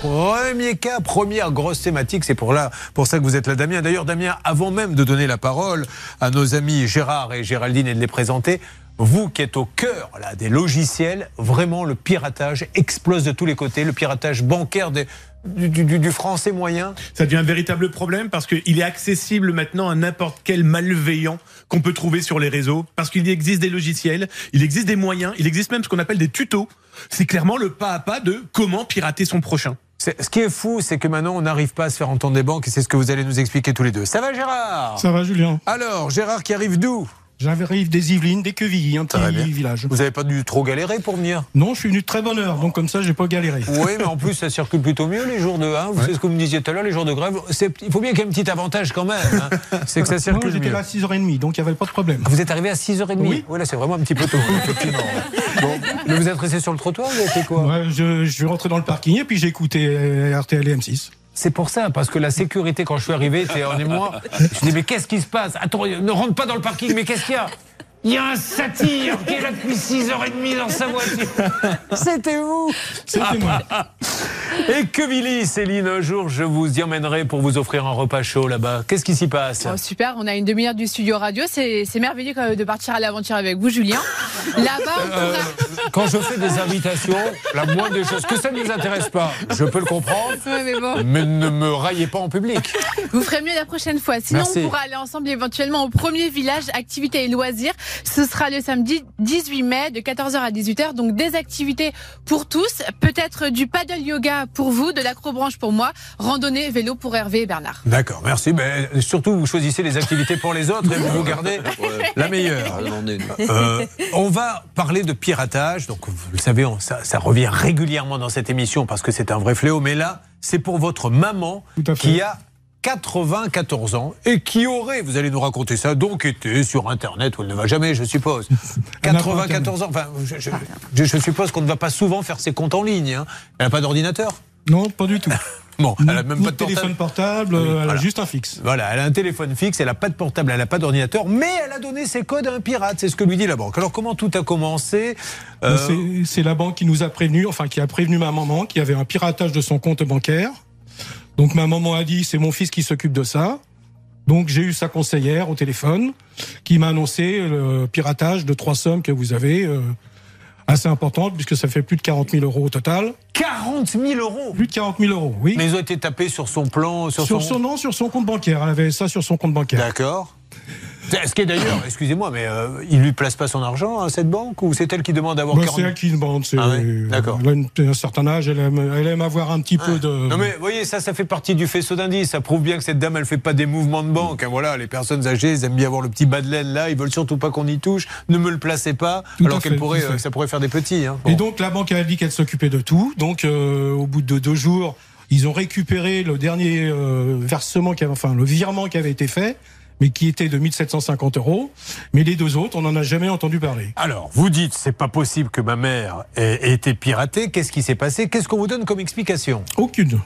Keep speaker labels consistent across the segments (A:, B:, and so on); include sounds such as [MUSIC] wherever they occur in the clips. A: Premier cas, première grosse thématique, c'est pour, là, pour ça que vous êtes là, Damien. D'ailleurs, Damien, avant même de donner la parole à nos amis Gérard et Géraldine et de les présenter, vous qui êtes au cœur là, des logiciels, vraiment le piratage explose de tous les côtés, le piratage bancaire des, du, du, du, français moyen
B: Ça devient un véritable problème parce qu'il est accessible maintenant à n'importe quel malveillant qu'on peut trouver sur les réseaux, parce qu'il existe des logiciels, il existe des moyens, il existe même ce qu'on appelle des tutos. C'est clairement le pas à pas de comment pirater son prochain.
A: Ce qui est fou, c'est que maintenant, on n'arrive pas à se faire entendre des banques et c'est ce que vous allez nous expliquer tous les deux. Ça va, Gérard
C: Ah. Ça va, Julien.
A: Alors, Gérard qui arrive d'où
C: J'arrive des Yvelines, des Quevilly, un petit village.
A: Vous n'avez pas dû trop galérer pour venir
C: Non, je suis venu de très bonne heure, donc comme ça, j'ai pas galéré.
A: Oui, mais en plus, ça circule plutôt mieux les jours de. Hein, vous ouais. savez ce que vous me disiez tout à l'heure, les jours de grève. Il faut bien qu'il y ait un petit avantage quand même.
C: [LAUGHS]
A: Hein, c'est que ça circule Ah,
C: non, j'étais là à 6h30, donc il n'y avait pas de problème.
A: Vous êtes arrivé à 6h30
C: Oui.
A: Oui, là, c'est vraiment un petit peu
C: [LAUGHS]
A: tôt. bon, [LAUGHS] mais vous êtes resté sur le trottoir, vous avez fait quoi
C: ouais, je, je suis rentré dans le parking et puis j'ai écouté euh, RTL et M6.
A: C'est pour ça, parce que la sécurité, quand je suis arrivé, on est moi, je dis mais qu'est-ce qui se passe Attends, ne rentre pas dans le parking, mais qu'est-ce qu'il y a il y a un satyre qui est là depuis 6h30 dans sa voiture. [LAUGHS] C'était vous Ah.
C: C'était moi.
A: Et que Billy, Céline, un jour, je vous y emmènerai pour vous offrir un repas chaud là-bas. Qu'est-ce qui s'y passe
D: oh, Super, on a une demi-heure du studio radio. C'est merveilleux de partir à l'aventure avec vous, Julien. Là-bas, on pourra...
A: euh, Quand je fais des invitations, la moindre des choses, que ça ne nous intéresse pas, je peux le comprendre.
D: Ouais, mais, bon.
A: mais, ne me raillez pas en public.
D: Vous ferez mieux la prochaine fois. Sinon, Merci. on pourra aller ensemble éventuellement au premier village, activités et loisirs. Ce sera le samedi 18 mai de 14h à 18h. Donc des activités pour tous, peut-être du paddle yoga pour vous, de l'acrobranche pour moi, randonnée, vélo pour Hervé et Bernard.
A: D'accord, merci. Mais surtout, vous choisissez les activités pour les autres et vous, vous gardez ouais. la meilleure. Euh, on va parler de piratage. Donc vous le savez, on, ça, ça revient régulièrement dans cette émission parce que c'est un vrai fléau. Mais là, c'est pour votre maman qui a 94 ans et qui aurait, vous allez nous raconter ça, donc été sur Internet, où elle ne va jamais, je
C: [LAUGHS]
A: suppose. 94 ans, enfin, je, je, je, je suppose qu'on ne va pas souvent faire ses comptes en ligne. Hein. Elle n'a pas d'ordinateur [LAUGHS]
C: Non, pas du tout.
A: Bon, elle a même
C: ni
A: pas Ah
C: de téléphone portable, euh,
A: Oui,
C: elle a
A: voilà.
C: juste un fixe.
A: Voilà, elle a un téléphone fixe, elle n'a pas de portable, elle n'a pas d'ordinateur, mais elle a donné ses codes à un pirate, c'est ce que lui dit la banque. Alors comment tout a commencé
C: Euh, C'est- C'est la banque qui nous a prévenu, enfin qui a prévenu ma maman qu'il y avait un piratage de son compte bancaire. Donc ma maman a dit c'est mon fils qui s'occupe de ça. Donc j'ai eu sa conseillère au téléphone qui m'a annoncé le piratage de trois sommes que vous avez euh, assez importantes puisque ça fait plus de 40 000 euros au total.
A: 40 000 euros
C: Plus de 40 000 euros, oui.
A: Mais ils ont été tapés sur son plan, sur,
C: sur son nom, sur son compte bancaire. Elle avait ça sur son compte bancaire.
A: D'accord. Ce qui est
C: [COUGHS]
A: d'ailleurs, excusez-moi, mais euh, il lui place pas son argent à cette banque ou c'est elle qui demande d'avoir
C: Bah,
A: 40
C: c'est elle qui demande. c'est-
A: Ah ouais, d'accord. Ah
C: Elle a une- un certain âge, elle aime, elle aime avoir un petit peu de.
A: Non mais vous voyez, ça, ça fait partie du faisceau d'indices. Ça prouve bien que cette dame, elle fait pas des mouvements de banque. hein. Voilà, les personnes âgées, elles aiment bien avoir le petit bas de laine là. Ils veulent surtout pas qu'on y touche. Ne me le placez pas.
C: Tout à
A: alors
C: fait,
A: qu'elle pourrait,
C: tout à fait.
A: euh, ça pourrait faire des petits. hein.
C: Et
A: Bon.
C: donc la banque a dit qu'elle s'occupait de tout. Donc euh, au bout de deux jours, ils ont récupéré le dernier euh, versement, qui avait, enfin le virement qui avait été fait, mais qui était de 1750 euros. Mais les deux autres, on n'en a jamais entendu parler.
A: Alors, vous dites, c'est pas possible que ma mère ait ait été piratée. Qu'est-ce qui s'est passé Qu'est-ce qu'on vous donne comme explication
C: Aucune.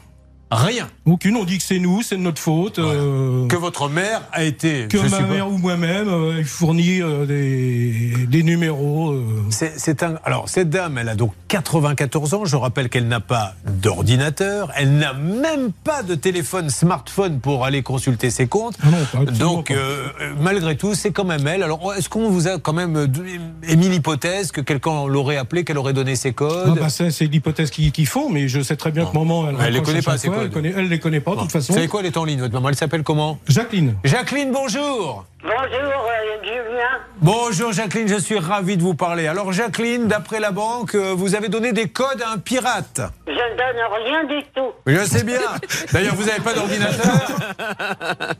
A: Rien.
C: Aucune. On dit que c'est nous, c'est de notre faute. euh,
A: Que votre mère a été.
C: que
A: je
C: ma
A: suppose-
C: mère ou moi-même, euh, elle fournit euh, des, des numéros. euh,
A: C'est c'est un. Alors, cette dame, elle a donc 94 ans. Je rappelle qu'elle n'a pas d'ordinateur. Elle n'a même pas de téléphone smartphone pour aller consulter ses comptes.
C: Ah non, pas, absolument
A: Donc,
C: pas.
A: euh, euh, malgré tout, c'est quand même elle. Alors, est-ce qu'on vous a quand même euh, d- émis l'hypothèse que quelqu'un l'aurait appelé, qu'elle aurait donné ses
C: Ah
A: codes
C: bah ça, c'est l'hypothèse qu'ils qu'ils font, mais je sais très bien que maman, elle,
A: Elle les
C: raccroche
A: connaît
C: à
A: pas,
C: chaque
A: ces
C: fois, Elle,
A: codes.
C: connaît, elle les connaît pas, de
A: Bon.
C: toute façon.
A: Vous savez quoi, elle est en ligne, votre maman. Elle s'appelle comment
C: Jacqueline.
A: Jacqueline, bonjour
E: Bonjour, euh, Julien.
A: Bonjour Jacqueline, je suis ravi de vous parler. Alors Jacqueline, d'après la banque, euh, vous avez donné des codes à un pirate.
E: Je ne donne rien du tout.
A: Je sais bien. D'ailleurs, vous n'avez pas d'ordinateur.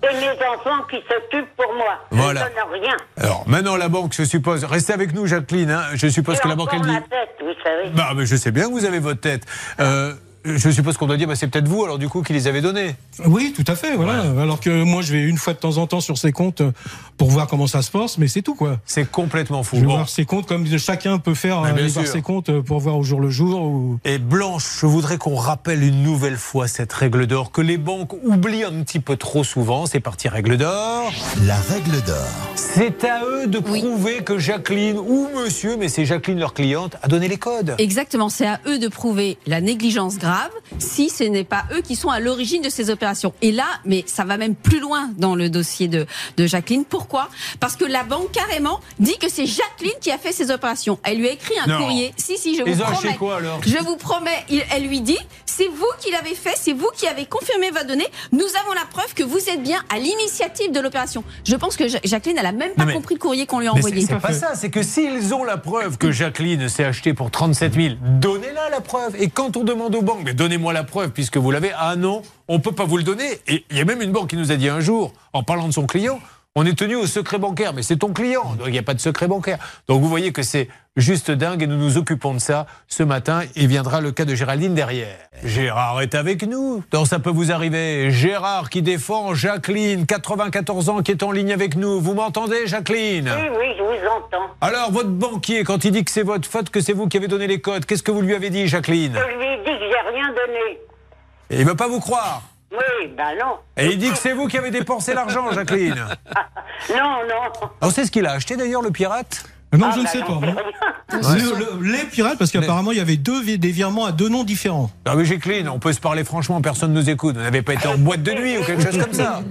E: C'est mes enfants qui s'occupent pour moi.
A: Voilà.
E: Je ne donne rien.
A: Alors maintenant, la banque, je suppose. Restez avec nous, Jacqueline. hein. Je suppose
E: J'ai
A: que la banque, elle
E: encore
A: dit.
E: ma tête, vous savez.
A: Bah, mais je sais bien que vous avez votre tête. Euh, je suppose qu'on doit dire, bah, c'est peut-être vous, alors du coup, qui les avez donnés.
C: Oui, tout à fait, voilà. Alors que moi, je vais une fois de temps en temps sur ses comptes euh, pour voir comment ça se passe, mais c'est tout, quoi.
A: C'est complètement
C: Je
A: fou.
C: vais
A: Bon.
C: voir ses comptes comme chacun peut faire,
A: Mais
C: euh,
A: bien
C: aller voir
A: sûr.
C: ses comptes euh, pour voir au jour le jour. Ou...
A: Et Blanche, je voudrais qu'on rappelle une nouvelle fois cette règle d'or que les banques oublient un petit peu trop souvent. C'est parti, règle d'or.
F: La règle d'or.
A: C'est à eux de prouver que Jacqueline ou monsieur, mais c'est Jacqueline leur cliente, a donné les codes.
G: Exactement, c'est à eux de prouver la négligence grave, grave si ce n'est pas eux qui sont à l'origine de ces opérations. Et là, mais ça va même plus loin dans le dossier de, de Jacqueline. Pourquoi Parce que la banque carrément dit que c'est Jacqueline qui a fait ces opérations. Elle lui a écrit un
A: Non.
G: courrier. Si, si, je
A: Ils
G: vous
A: ont acheté
G: promets.
A: quoi, alors
G: Je vous promets, il- elle lui dit, c'est vous qui l'avez fait, c'est vous qui avez confirmé votre donnée. Nous avons la preuve que vous êtes bien à l'initiative de l'opération. Je pense que Ja- Jacqueline, elle a même pas
A: Non, mais-
G: compris le courrier qu'on lui a
A: Mais c'est
G: envoyé.
A: c'est pas ça, c'est que s'ils ont la preuve que Jacqueline s'est achetée pour 37 000, donnez-la la preuve. Et quand on demande aux banques, mais donnez-moi la preuve puisque vous l'avez, ah non, on peut pas vous le donner. Et il y a même une banque qui nous a dit un jour, en parlant de son client, on est tenu au secret bancaire, mais c'est ton client, donc il n'y a pas de secret bancaire. Donc vous voyez que c'est juste dingue et nous nous occupons de ça ce matin et viendra le cas de Géraldine derrière. Gérard est avec nous dans Ça peut vous arriver. Gérard qui défend Jacqueline, 94 ans, qui est en ligne avec nous. Vous m'entendez Jacqueline
E: Oui, oui, je vous entends.
A: alors, votre banquier, quand il dit que c'est votre faute, que c'est vous qui avez donné les codes, qu'est-ce que vous lui avez dit, Jacqueline
E: Je lui ai dit que j'ai rien donné.
A: Et il veut pas vous croire.
E: Oui, ben non.
A: Et il dit que c'est vous qui avez dépensé l'argent, Jacqueline.
E: Non, non.
A: On sait ce qu'il a acheté d'ailleurs, le pirate
C: Non, je
E: Ah,
C: ne
E: bah
C: sais
E: non,
C: pas.
E: c'est
C: moi.
E: rien.
C: Le- le- les pirates, parce qu'apparemment, il y avait deux vi- des virements à deux noms différents.
A: Non, mais Jacqueline, on peut se parler franchement, personne nous écoute. Vous n'avez pas été en boîte de nuit ou quelque chose comme ça.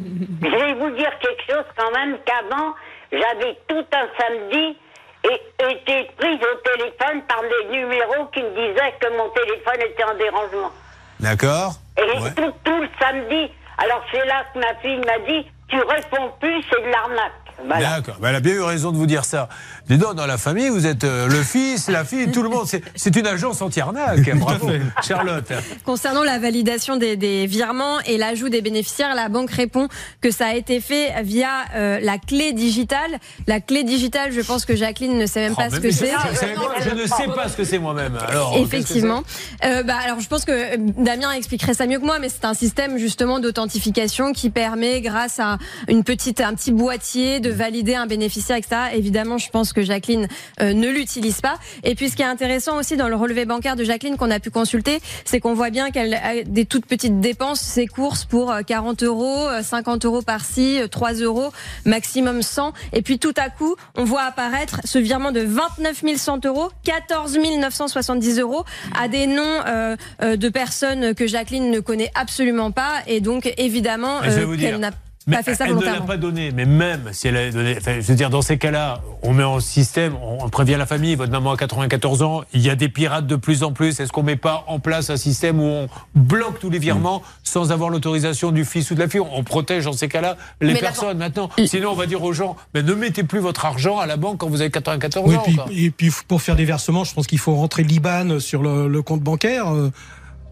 E: Je vais vous dire quelque chose quand même qu'avant, j'avais tout un samedi et été prise au téléphone par les numéros qui me disaient que mon téléphone était en dérangement.
A: D'accord
E: Et
A: Ouais.
E: tout, tout le samedi. Alors c'est là que ma fille m'a dit, tu réponds plus, c'est de l'arnaque. Voilà.
A: D'accord, Ben, elle a bien eu raison de vous dire ça. Dis donc, dans la famille, vous êtes euh, le fils, la fille, tout le monde. C'est- C'est une agence anti-arnaque. Bravo, Charlotte.
H: Concernant la validation des, des virements et l'ajout des bénéficiaires, la banque répond que ça a été fait via euh, la clé digitale. La clé digitale, je pense que Jacqueline ne sait même
A: Oh,
H: pas ce
A: mais-
H: que
A: mais
H: c'est.
A: je- je- je- je ne sais pas ce que c'est moi-même. Alors, qu'est-ce que
H: Effectivement. Euh, bah, alors, je pense que euh, Damien expliquerait ça mieux que moi, mais c'est un système justement d'authentification qui permet, grâce à une petite, un petit boîtier, de valider un bénéficiaire, etc. Évidemment, je pense que Jacqueline euh, ne l'utilise pas. Et puis, ce qui est intéressant aussi dans le relevé bancaire de Jacqueline qu'on a pu consulter, c'est qu'on voit bien qu'elle a des toutes petites dépenses, ses courses pour euh, 40 euros, euh, 50 euros par-ci, euh, 3 euros, maximum 100. Et puis, tout à coup, on voit apparaître ce virement de 29 100 euros, 14 970 euros à des noms euh, euh, de personnes que Jacqueline ne connaît absolument pas et donc évidemment
A: Mais je vais
H: euh,
A: vous dire,
H: qu'elle n'a
A: Mais
H: pas fait ça
A: elle ne l'a
H: volontairement.
A: pas donné, mais même si elle a donné, enfin, je veux dire, dans ces cas-là, on met en système, on on prévient la famille, votre maman a 94 ans, il y a des pirates de plus en plus, est-ce qu'on met pas en place un système où on bloque tous les
C: Mm.
A: virements sans avoir l'autorisation du fils ou de la fille On protège dans ces cas-là les
G: Mais la
A: personnes maintenant. Sinon, on va dire aux gens, mais ne mettez plus votre argent à la banque quand vous avez 94
C: Oui,
A: ans.
C: puis-
A: quoi.
C: et, puis, pour faire des versements, je pense qu'il faut rentrer l'IBAN sur le, le compte bancaire. euh,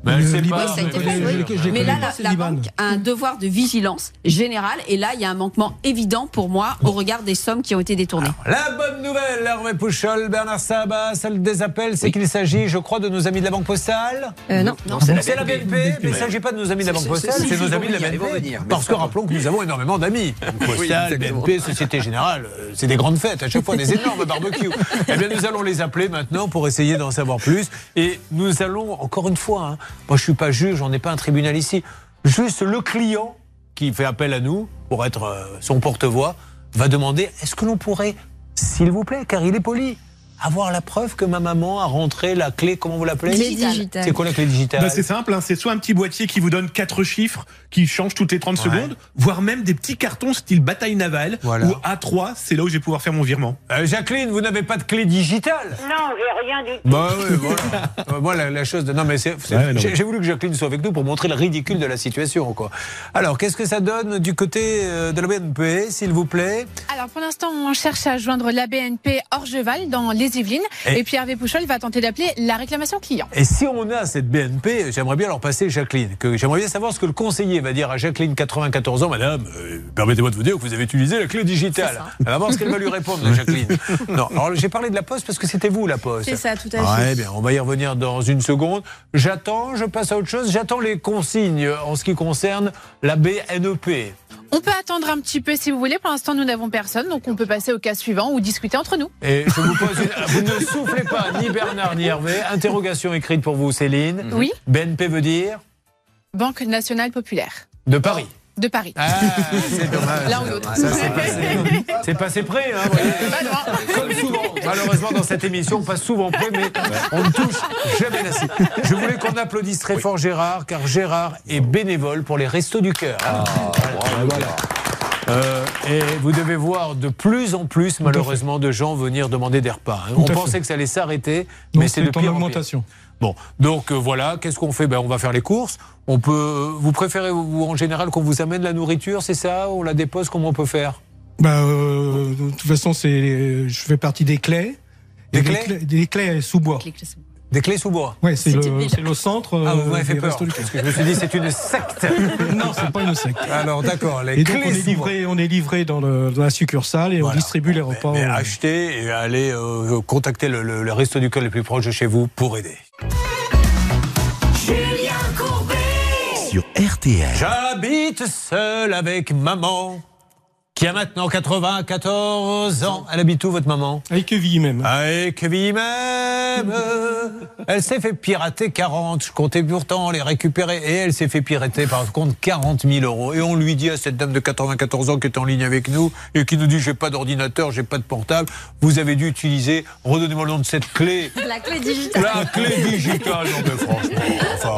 A: Mais elle
C: le
A: sait pas,
G: Oui,
A: Ah,
G: ça a
A: mais
G: été
A: oui,
G: fait,
A: je-
G: oui.
A: je- je-
G: Mais
A: je-
G: là,
A: je-
G: la,
C: c'est
G: la
C: l'Iban.
G: banque a un devoir de vigilance générale. Et là, il y a un manquement évident pour moi au regard des sommes qui ont été détournées.
A: La bonne nouvelle, Hervé Pouchol, Bernard Sabat, celle des appels, c'est qu'il s'agit, je crois, de nos amis de la Banque Postale.
H: Euh, non.
I: Ah,
G: Non, c'est la
A: Ah C'est la BNP, mais il ne s'agit pas de nos amis de la Banque Postale,
I: c'est-
A: c'est
I: si,
A: nos
I: ils
A: amis de
I: vont
A: la
I: venir, ils vont
A: BNP.
I: venir, mais
A: Parce
I: c'est
A: que
I: pas grave.
A: rappelons que nous avons énormément d'amis. Banque Postale,
I: exactement.
A: BNP, Société Générale, euh, c'est des grandes fêtes à chaque fois,
I: [LAUGHS]
A: des énormes barbecues. Eh bien, nous allons les appeler maintenant pour essayer d'en savoir plus. Et nous allons, encore une fois, hein, moi je ne suis pas juge, on n'est pas un tribunal ici, juste le client qui fait appel à nous pour être euh, son porte-voix va demander est-ce que l'on pourrait, s'il vous plaît, car il est poli, avoir la preuve que ma maman a rentré la clé, comment vous l'appelez
H: Clé digitale.
A: C'est quoi la clé digitale
B: Bah, c'est simple, hein, c'est soit un petit boîtier qui vous donne quatre chiffres qui change toutes les 30
A: Ouais.
B: secondes, voire même des petits cartons style bataille navale
A: Voilà.
B: ou A3, c'est là où je vais pouvoir faire mon virement.
A: Euh, Jacqueline, vous n'avez pas de clé digitale
E: Non, j'ai rien du tout.
A: Bah oui,
B: [LAUGHS]
A: voilà. Euh, moi, la, la chose. de- Non, mais c'est. c'est-
B: Ouais, non,
A: j'ai
B: mais-
A: j'ai voulu que Jacqueline soit avec nous pour montrer le ridicule de la situation, quoi. Alors, qu'est-ce que ça donne du côté euh, de la BNP, s'il vous plaît
D: Ah, Alors pour l'instant, on cherche à joindre la BNP Orgeval dans les Yvelines.
A: Et-
D: Et, puis Hervé Pouchol va tenter d'appeler la réclamation client.
A: Et si on a cette BNP, j'aimerais bien leur passer Jacqueline. Que j'aimerais bien savoir ce que le conseiller va dire à Jacqueline, 94 ans, Madame. euh, Permettez-moi de vous dire que vous avez utilisé la clé digitale. Elle va voir ce qu'elle va lui
B: [LAUGHS]
A: répondre, Jacqueline. Non, alors j'ai parlé de la Poste parce que c'était vous la Poste.
H: C'est ça, tout à fait.
A: Ouais, bien, on va y revenir dans une seconde. J'attends, je passe à autre chose. J'attends les consignes en ce qui concerne la E BNEP.
D: On peut attendre un petit peu si vous voulez. Pour l'instant, nous n'avons personne, donc on peut passer au cas suivant ou discuter entre nous.
A: Et je vous pose une- Vous ne soufflez pas, ni Bernard, ni Hervé. Interrogation écrite pour vous, Céline.
D: Oui,
A: BNP veut dire
D: Banque Nationale Populaire.
A: de Paris.
D: de Paris.
A: Ah, c'est dommage.
D: L'un ou l'autre.
A: Ça, c'est passé. C'est passé près, hein, vous voyez. Comme souvent. Malheureusement, dans cette émission, on passe souvent près, mais on ne touche jamais assez. Je voulais qu'on applaudisse très fort Gérard, car Gérard est bénévole pour les Restos du Cœur.
C: Ah,
A: hein. Voilà. Euh, et vous devez voir de plus en plus, malheureusement, de gens venir demander des repas. hein. On
C: à
A: pensait que ça allait s'arrêter,
C: Donc,
A: mais c'est de
C: c'est en
A: pire en pire.
C: augmentation.
A: Bon, donc euh, voilà, qu'est-ce qu'on fait ben, On va faire les courses. On peut. Vous préférez, vous, en général, qu'on vous amène la nourriture, c'est ça On la dépose, comment on peut faire
C: Bah, euh, de toute façon, c'est, je fais partie des clés.
A: Des
C: Et
A: clés
C: les Des clés sous bois.
A: Des clés sous bois
C: Ouais, c'est
G: C'est une
C: le,
G: ville.
C: c'est le centre.
A: Ah,
C: euh,
A: vous m'avez fait
C: des
A: peur.
C: Restos du
A: [LAUGHS] Parce que je me suis dit, c'est une [LAUGHS] secte.
C: Cœur. Non, c'est pas une secte.
A: Alors, Ah d'accord, les
C: Et donc,
A: clés
C: on est
A: sous bois.
C: livré, on est livré dans, le- dans la succursale et on
A: Voilà.
C: distribue les
A: Bon, mais-
C: repas.
A: mais
C: aux-
A: achetez et allez euh, contacter le, le- le resto du cœur le plus proche de chez vous pour aider.
F: sur RTL.
A: J'habite seul avec maman, qui a maintenant 94 ans. Elle habite où, votre maman
C: Avec Evie même. hein.
A: Avec lui-même, elle s'est fait pirater 40. Je comptais pourtant les récupérer et elle s'est fait pirater par contre 40 000 euros. Et on lui dit à cette dame de 94 ans qui est en ligne avec nous et qui nous dit j'ai pas d'ordinateur, j'ai pas de portable. Vous avez dû utiliser, redonnez-moi le nom de cette clé.
H: La clé digitale.
A: La clé digitale, non mais franchement, enfin,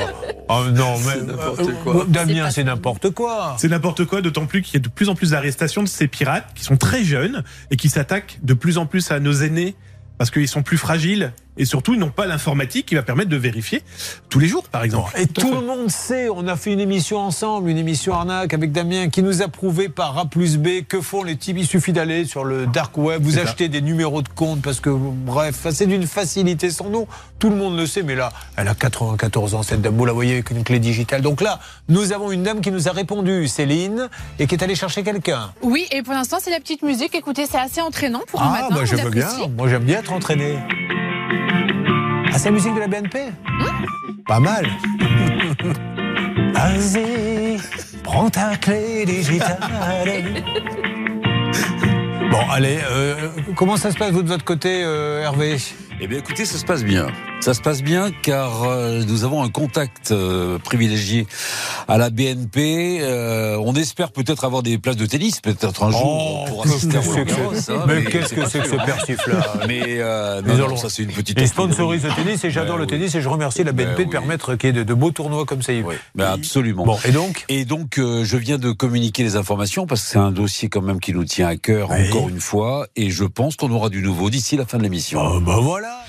A: oh non mais euh, euh, Damien, c'est n'importe quoi.
B: C'est n'importe quoi, d'autant plus qu'il y a de plus en plus d'arrestations de ces pirates qui sont très jeunes et qui s'attaquent de plus en plus à nos aînés parce qu'ils sont plus fragiles et surtout ils n'ont pas l'informatique qui va permettre de vérifier tous les jours, par exemple.
A: Et tout le monde sait, on a fait une émission ensemble, une émission arnaque avec Damien, qui nous a prouvé par A plus B que font les types. Il suffit d'aller sur le dark web, vous achetez des numéros de compte parce que, bref, c'est d'une facilité sans nom. Tout le monde le sait, mais là, elle a 94 ans, cette dame, vous la voyez avec une clé digitale. Donc là, nous avons une dame qui nous a répondu, Céline, et qui est allée chercher quelqu'un.
D: [LAUGHS] Oui, et pour l'instant, c'est la petite musique. Écoutez, c'est assez entraînant pour un matin.
A: bah, je
D: on
A: veux bien,
D: apprécie.
A: moi j'aime bien être entraîné. Ah, c'est la musique de la BNP Pas mal. Vas-y, prends ta clé digitale. Bon, allez, euh, comment ça se passe, vous, de votre côté, euh, Hervé
I: Eh bien, écoutez, ça se passe bien. Ça se passe bien car euh, nous avons un contact euh, privilégié à la BNP. Euh, on espère peut-être avoir des places de tennis, peut-être un jour
A: Oh,
I: pour
A: que-
I: assister à
A: que c'est que
I: Roland-Garros,
A: c'est-
I: hein,
A: mais
I: mais
A: qu'est-ce
I: c'est
A: que
I: pas
A: c'est que
I: sûr,
A: ce
I: hein. [LAUGHS]
A: persif-là
I: Mais euh,
A: Ils
I: non, non,
A: auront-
I: ça c'est une petite.
A: Ils
I: entrée de
A: sponsorisent le
I: rue.
A: tennis et j'adore
I: Ben
A: le
I: oui.
A: tennis et je remercie la
I: Ben
A: BNP de
I: oui.
A: permettre qu'il y ait de, de beaux tournois comme ça.
I: Oui, ben absolument.
A: Bon, et donc
I: Et donc, euh, je viens de communiquer les informations parce que c'est un dossier quand même qui nous tient à cœur
A: Ah Oui.
I: encore une fois, et je pense qu'on aura du nouveau d'ici la fin de l'émission.
A: Ah, ben voilà